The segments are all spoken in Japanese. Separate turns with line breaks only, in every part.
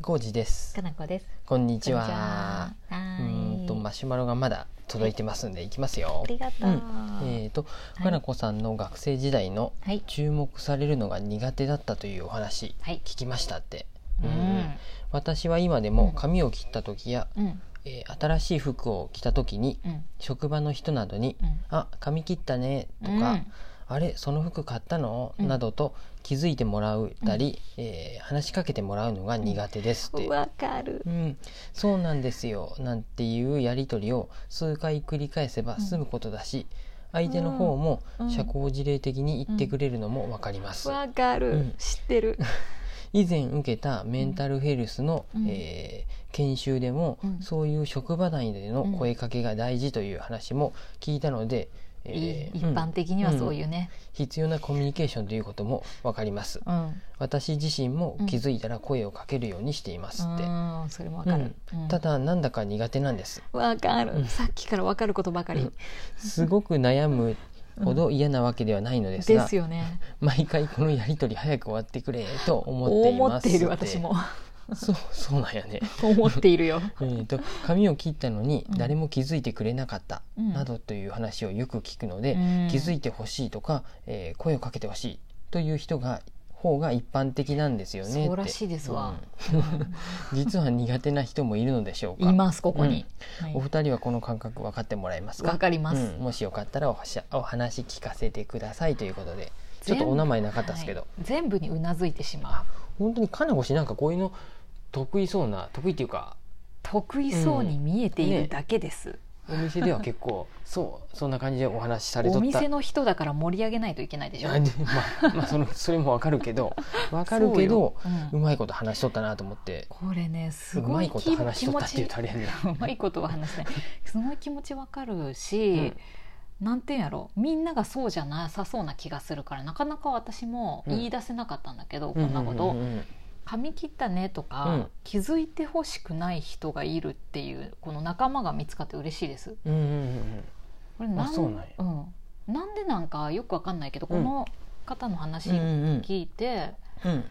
コージです
か。なこです。
こんにち
こんにちは
は。
は
う
ーい
ーんとマシュマロがまだ届いてますんでいきますよ
あ。りがとう。
うんえっと
い
かなこさんの学生時代の
はい。
注目されるのが苦手だったというお話
はい
聞きましたって。
う
うん
ん。
私は今でも髪を切った時や、
うん。
えー新しい服を着た時に
うん。
職場の人などに
うん
「あ髪切ったね」とか、あれその服買ったの?」
うん
などと気づいてもらうたり、えー話しかけてもらうのが苦手ですっ
うん
て。
わかる
う。ん、そうなんですよなんていうやり取りを数回繰り返せば済むことだし、相手の方も
うん
社交辞令的に言ってくれるのも分かります、
わか
う
る
ん。
知ってる。
以前受けたメンタルヘルスの、
うん
えー研修でも、
うん
そういう職場内での声かけが大事という話も聞いたので、
い
えー
一般的にはそういうね。
うん必要なコミュニケーションということも分かります
うん。うん。
私自身も気づいたら声をかけるようにしていますって、
それもわかる。
う
うんん
た。だなんだか苦手なんです
わかる
う。ん
さっきからわかることばかり。
すごく悩むほど嫌なわけではないのです
で
が、
すよね。
毎回このやり取り早く終わってくれと思ってい
思
ま
っ
す
ている私も。
そうそうなんやね
思っているよ。
えーと髪を切ったのに
うん
誰も気づいてくれなかった、
うん
などという話をよく聞くので、
うん
気づいてほしいとか、えー声をかけてほしいという人が方が一般的なんですよねって
そうらしいですわ
うん 実は苦手な人もいるのでしょうか
いますここに。はい
お二人はこの感覚分かってもらえますか
わかります
うんもしよかったらおはしお話聞かせてくださいということでちょっとお名前なかったですけど、
はい全部にうなずいてしまう
本当に金星なんかこういうの得意そうな得意っていうか
得意そうに見えているだけです、
お店では結構 そうそんな感じでお話しされと
お
った
店の人だから盛り上げないといけないでしょ
あでまあ、まあそのそれも分かるけ ど分かるけど
そうよ
う
うん
まいこと話しとったなと思って
これねす
う
ご
ま
い
いこと話し
気
とっ
持
たって言
ち
うとあれやね
うまいことは話しないすごい気持ちわかる
う
し
ん、
なんていうんやろみんながそうじゃなさそうな気がするからなかなか私も言い出せなかったんだけど、こんなこと、
うんうんうんうん
髪切ったねとか、
うん
気づいてほしくない人がいるっていうこの仲間が見つかって嬉しいです
うんうんうん
これなん
あそうなんや
うんなんでなんかよくわかんないけど、この方の話
うんうんうん
聞いて、
うん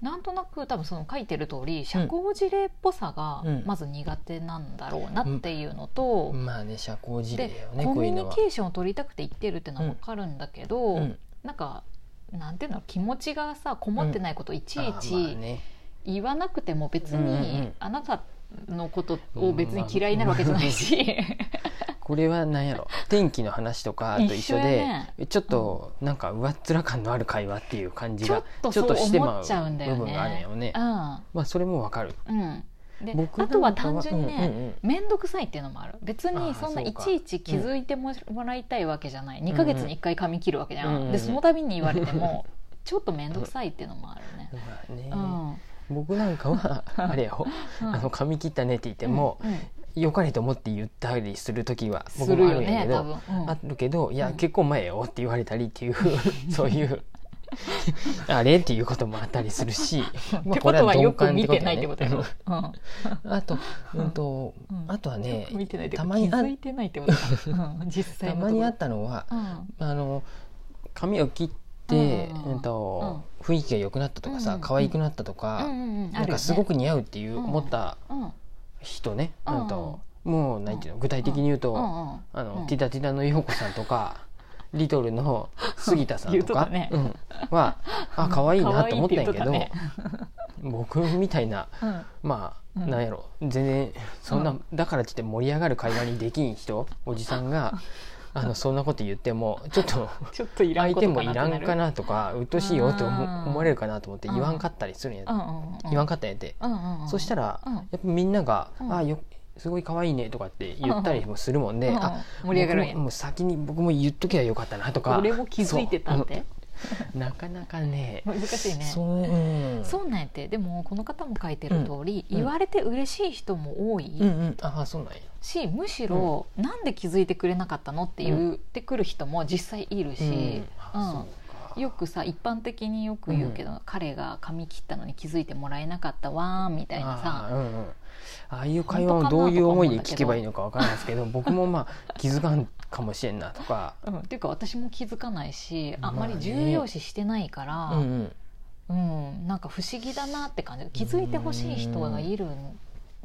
なんとなく多分その書いてる通り社交辞令っぽさが
うん
まず苦手なんだろうなっていうのと、
まあね社交辞令
で
よね
コ
こうい
ミ
うの
ュニ
は。
ケーションを取りたくて言ってるってのはわかるんだけど、
うん
なんかなんていうの気持ちがさこもってないことをいちい
あーまあ
ち
ね
言わなくても別
うんうんう
に
ん
あなたのことを別に嫌いになるわけじゃないし、
これは何やろ天気の話とかと一緒
一緒や
で
ね
ちょっとなんか上っ面感のある会話っていう感じ
ちょ
が
っとそう思っちゃうんだよ
部分があるん
ね
よ。ね
う。ん
まあそれもわかる。
うん、で
僕
あ
なんか
とは単純にね、
うんうん
面倒くさいっていうのもある別
あ
に
ー
そんな
そう
い
か
ちいち気づいてももらいたいわけじゃない、2ヶ月に1回髪切るわけじゃん、
うんうん
でその度に言われてもちょっと面倒くさいっていうのもあるね。
うん
う
まあね
ん
僕なんかはあれよ、
うん
あの髪切ったねって言っても、
うんうん
良かれと思って言ったりする時は
す
僕
る
もある
よ
んや
ね
けど、
多分、うん
あるけどいや、
うん
結構前よって言われたり っていうそういうあれっていうこともあったりするしま
っ
あ
てことはよく見て
やね
ないってことやろ、うん
あと、うんと
うん、
あとは
よ
ね
く、見てないっていうか
たまに
気
あ
づいてないってことだ、うん、実際
た
のとこ
まにあったのは、
うん
あの髪を切って、
うんうんうん
うんと、雰囲気が良くなったとか
うん
さ、
うん
可愛くなったとか、
うんうん
なん
うんあるよね
かすごく似合うっていう
うん
思った
うんうん
人ね、
うん
うんと、もうなんていうの、具体的に言うと、
うん
あの、
うん
ティタティタの陽子さんとか。リトルの杉田さん
言う
と
と
か
ったね
うん、はあ可愛いなと思ったんやけ
可
ど、
愛いって
僕みたいな
うん
まあ、
うん
なんやろ全然そんな、
う
だからって言って盛り上がる会話にできん人おじさん があのそんなこと言ってもちょっと
ちょっといらん
相
こ
手
と
も
か
い
なって
ら
なる
んかなとかうっとしいよと思
あー
思われるかなと思って言わんかったりするんや、
うんうんうん、
言わんかったんやって、
うんうんうん、
そしたら、
うん
やっぱみんなが「
うん
あよすごい可愛いね」とかって言ったりもするもんで、
うんうん
あ
盛り上がるんや
僕ももう先に僕も言っときゃよかったなとか
俺も気づいてたって
そうなかなかね
難しいね
そう,、うん、
そうなんやってでもこの方も書いてる通り、
うん
言われて嬉しい人も多い
うんうんああそうなんや
し、むしろ、なんで気づいてくれなかったのって言ってくる人も実際いる
うん
し、
あ
うん
そうか
よくさ一般的によく言うけど、彼が髪切ったのに気づいてもらえなかったわーみたいな
あ
さ
ー、うんうん、ああいう会話をどういう思いで聞けばいいのかわからないですけど 僕もまあ気づかんかもしれんなとか、
うん、っていうか私も気づかないしあん
ま
ま
あ
り
ね
重要視してないから、
うんうん
うん、なんか不思議だなって感じ気づいてほしい人がいるん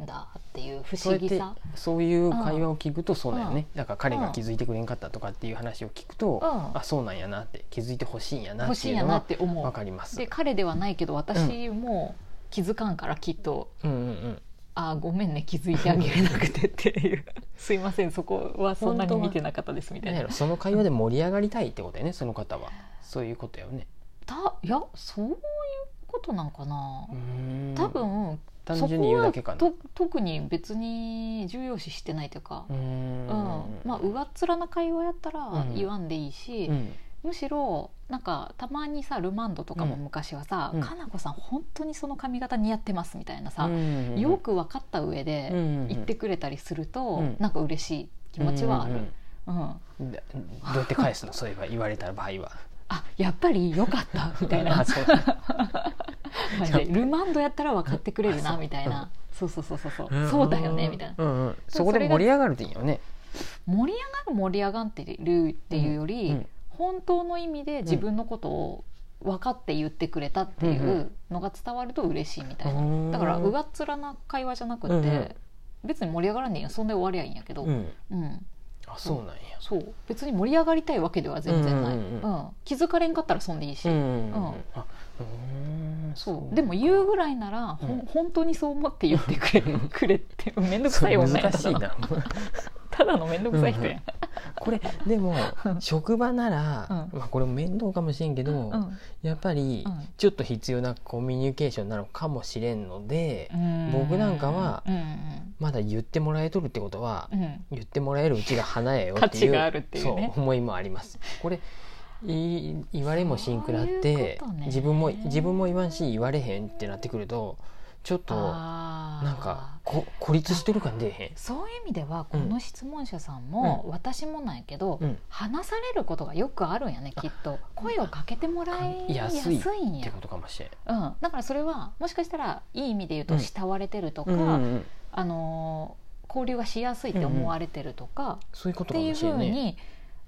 だっていう不
そう
思
やっ
議
て
さ。
そういう会話を聞くとそうなんよねだから彼
う
が
ん
気づいてくれんかったとかっていう話を聞くと
うん
あそうなんやなって気づいてほしいんやな
欲
って
し
い
いん
う
や
の
な
は
って思
わ
う
かります。
で彼ではないけど私も気づかんからきっと
うんうんうん
「あーごめんね気づいてあげれなくて」っていう すいませんそこはそんなに見てなかったですみた
なん
い
や
な
ろその会話で盛り上がりたいってことやねその方はそういうことやよね
たいやそういうことなんかな
うーん
多分
単
そ
純に言
こ
うだ
は
けかな
と特に別に重要視してないというか
うーん
うんまあ上っ面な会話やったら
うん
言わんでいいし、
うん
むしろなんかたまにさルマンドとかも
うん
昔はさ「
うん
かなこさん本当にその髪型似合ってます」みたいなさ、
うん
よく分かった上で、言って
く
くれたりすると、
うん
なんか嬉しい気持ちはある、うん
どうやって返すのそういえば言われた場合は
あやっぱり良かったみたい な
あそう
感じで ルマンドやったら分かってくれる
あ
な
そう
みたいな、そうそうそうそうそう、そうだよねみたいな、
うんうんそこで盛り上がるといいよね
盛り上がる盛り上がってるっていうより、
うん
本当の意味で自分のことを分かって言ってくれたっていうのが伝わると嬉しいみたいな、だから上っ面な会話じゃなくて、
うんうん
別に盛り上がらんでいいよそんで終わりゃいいんやけど、
うん
うん、
あそうなんや
そう別に盛り上がりたいわけでは全然ない、
う
うんん
うんう
気づかれんかったらそんでいいし、
うん
うん
あうーん
そうでも言うぐらいなら、ほん
うん
本当にそう思って言ってくれ くれって面倒く
そ
さい
れ
女や
難
た
しい
だの
な
ただの面倒くさい人や、
これでも職場なら、
う
まあ、これも面倒かもしれんけど、
うんうん
やっぱり
うん
ちょっと必要なコミュニケーションなのかもしれんので、僕なんかは
うんうん
まだ言ってもらえとるってことは、
うん
言ってもらえるうちが花やよってい
価値
う
があるっていうね
そう思いもあります。これい言われもしんくなって
そういうことね
自分も自分も言わんし言われへんってなってくるとちょっとな
あー
んかこ孤立してる感出え
そういう意味ではこの質問者さんも、私もなんやけど、
へん。うん
話されることがよくあるんやねきっと声をかけてもらいやすいんや
ってことかもしれん。
うん、だからそれはもしかしたらいい意味で言う
う
と
ん
慕われてるとか、
うんうんうん
あのー交流がしやすいって思われてるとか、
そういうこと
っ
か
ていう
もし
ふ
れ
うん
ね。
に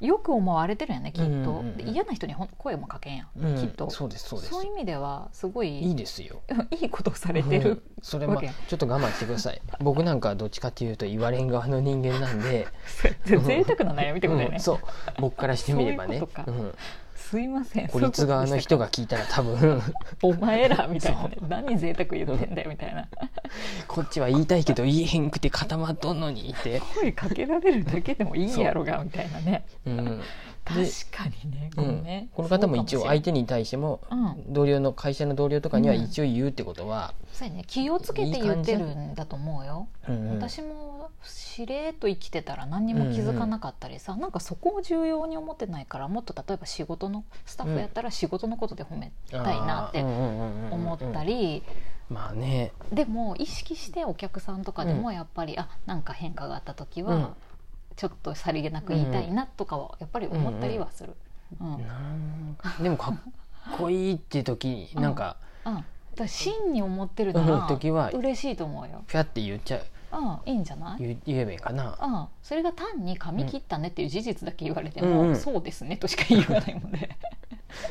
よく思われてるよねきっと、
うんうんうん
で嫌な人にほん声もかけんやん、
うん
きっと
そうですそうです。
いう意味ではすごい
いいですよ。
うん いいことをされて
うん
る、
それま
わけや
ちょっと我慢してくだ さい。僕なんかはどっちかっていうと言われん側の人間なんで、ん
贅沢な悩みってことだよね、
うんそう僕からしてみればね
そういうこと
う
か
ん
すいません
孤立側の人
が
が聞いたら多分
「 お前ら」みたいなね、何贅沢言ってんだよみたいな
こっちは言いたいけど言えへんくて固まっとんのにって、
声かけられるだけでもいいやろがみたいなね
うん
確
で
かにね
う
ご
ん
めん、
この方も一応相
手
手に対しても
うん
同僚の会社の同僚とかには
うん
一応言うってことは、
そうやね気をつけて言ってるんだと思うよ
うんうん
私もしれーっと生きてたら何にも気づかなかったりさ、なんかそこを重要に思ってないからもっと例えば仕事のスタッフやったら仕事のことで褒めたいなって
あーうんうんうんうんうん
思ったり、
まあね、
でも意識してお客さんとかでもやっぱり、あなんか変化があった時はちょっとさりげなく言いたいなとかはやっぱり思ったりはする。うん
う
うんん
なんかでもかっこいいっていう時なんか
だから真に思ってるな
思う
ら
時は
嬉しいと思うよ。
ピャって言っちゃう
うん、いいんじゃない
言言えばいいかな
うん、それが単に髪切ったねっていう事実だけ言われて
うん
も、
うん
そうですねとしか言わないもん ね、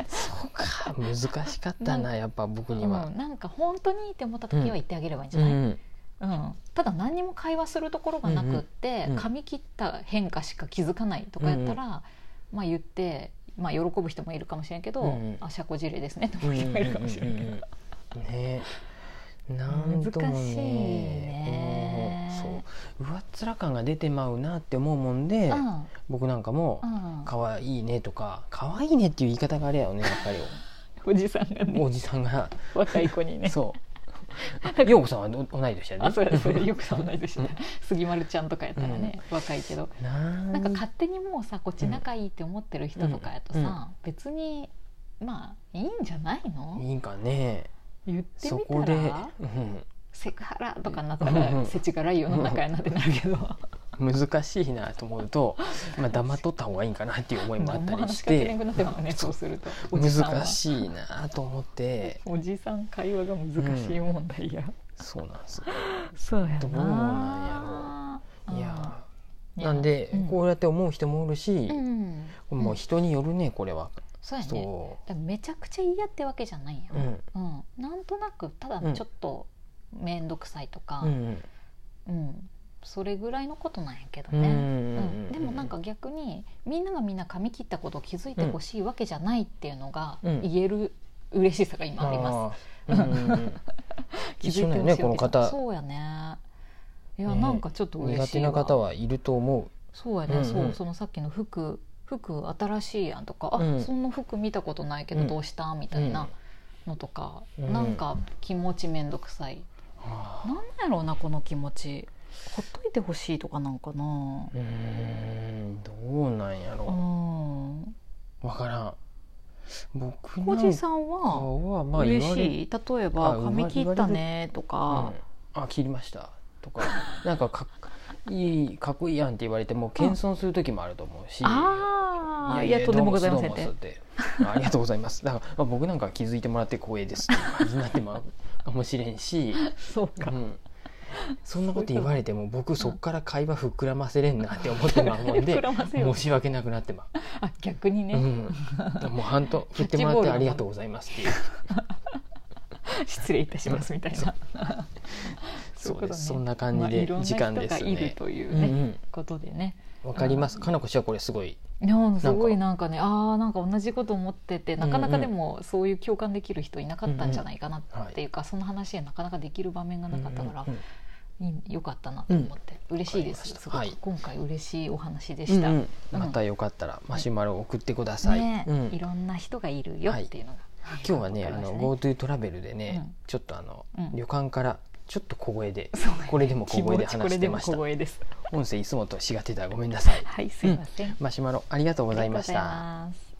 そうか難しかったなやっぱ僕
う
には。
ん、なんか本当にって思った時は言ってあげればいいんじゃない、うん
ん
ただ何にも会話するところがなくって、
うんうん
髪切った変化しか気づかないとかやったら、まあ言って、まあ、喜ぶ人もいるかもしれんけど、
うんうん
あ社交辞令ですねって
う
思
ん
う
うん
人
うん
もいるかもしれんけど、
うんうんねなんとも
難しい
ね
ね
うんそう上っ面感が出てまうなって思うもんで、
うん
僕なんかも「
うん
可愛いね」とか「可愛いね」っていう言い方があれやよねやっぱり
おじさんがね
おじさんが
若い子にね
そう陽子さんはど同い年や
あそうや
ね
そうやよくさんないですね杉丸ちゃんとかやったらね、若いけど
なん
なんか勝手にもうさこっち仲いいって思ってる人とかやとさ、
うんうん
別にまあいいんじゃないの
いいんかね
言って
そ
み
こ
た
で、
ら
う
セクハラとかになった
うんうん
ら世知辛い世の中やなってなるけど
ん、難しいなと思うと、まあ、黙っとった方がいいんかなっていう思いもあっ
何
た
も
り
話
し
しかけな
て
くなってもねそうすると おじさんは
難しいなと思って
おじさん会話が難しい問題や、
そうなんです
そうやな
どうなん
う
い
ん
や
いや
なんで、
うん
こうやって思う人もおるし
う、ん
もう人によるねこれは
そうやね
そ
だからめちゃくちゃ嫌ってわけじゃないや
う、うん
うんなんとなくただ
うん
ちょっと面倒くさいとか、
う
うん
ん
それぐらいのことなんやけど
うんうんう
ね、うん
ん
でもなんか逆にみんながみんな髪切ったことを気づいてほしいわけじゃないっていうのが
うん
言える嬉しさが今あります。
あー うんうんうん
気づ
一
い
緒だ
て
よ
ほし
ね
い
この
わけじゃん
方
そうやねいや、
ね
なんかちょっと嬉しいわ
苦手な方はいると思
そうやね、
うんうん
そうそのさっきの服服新しいやんとかあ、
うん
そんな服見たことないけどどうした、みたいなのとか、
うん
なんか気持ちめんどくさい、なんなんやろうなこの気持ちほっといてほしいとかなんかな
ううーんどうなんや
う
ろ
ん
わからん僕
浩
なん
二さん
か
は
はまあ言
嬉
われ
しい、例えば
あ
「髪切ったね」と
うん
か、
あ切りましたとか なんかかっいいかっこいいやんって言われても謙遜する時もあると思うし
ああい
い
や
やいや
とんでもございません
ど
っ
うもど
て
うもそうってありがとうございますだから、まあ、僕なんかは気づいてもらって光栄ですっていう感じになってまうかもしれんし、
そう
う
か、
ん、そんなこと言われても僕そっから会話膨らませれんなって思ってまうもんで
膨らませよう
申し訳なくなってま
あ逆に
う、
ね、
うん、もう半と振ってもらってありがとうございますっていう
失礼いたしますみた いな、
そう
いこと
で
ね
すそんな感じ
まあ
で
いろんな
時間です
人がいる
ね。
という
うん
ね、
うん
ことでね
わかります。かなこ氏はこれすごい。
いやすごいなんかねああなんか同じこと思っててなかなかでもそういう共感できる人いなかったんじゃないかなっていうか、その話でなかなかできる場面がなかったから
うんうんうん
いいよかったなと思って、嬉しいで
わかり
す
ました
すごく、
はい
今回嬉しいお話でした、
うんうんまたよかったらマシュマロ送ってください。
ね、
うん
いろんな人がいるよっていうのが、
今日はね、
わ
あ
かりました
の GoTo トラベルでね、
うん
ちょっとあの、
うん
旅館からちょっと小声で、
そうね
これでも
気
小
持
声で
ちこ
話
れ
し
で
て
も
まし
小
た。
声です
音声いつもと違ってたらごめんなさい。
はいすいません、
マシュマロありがとうございまし
ありが
た
とうござい。ます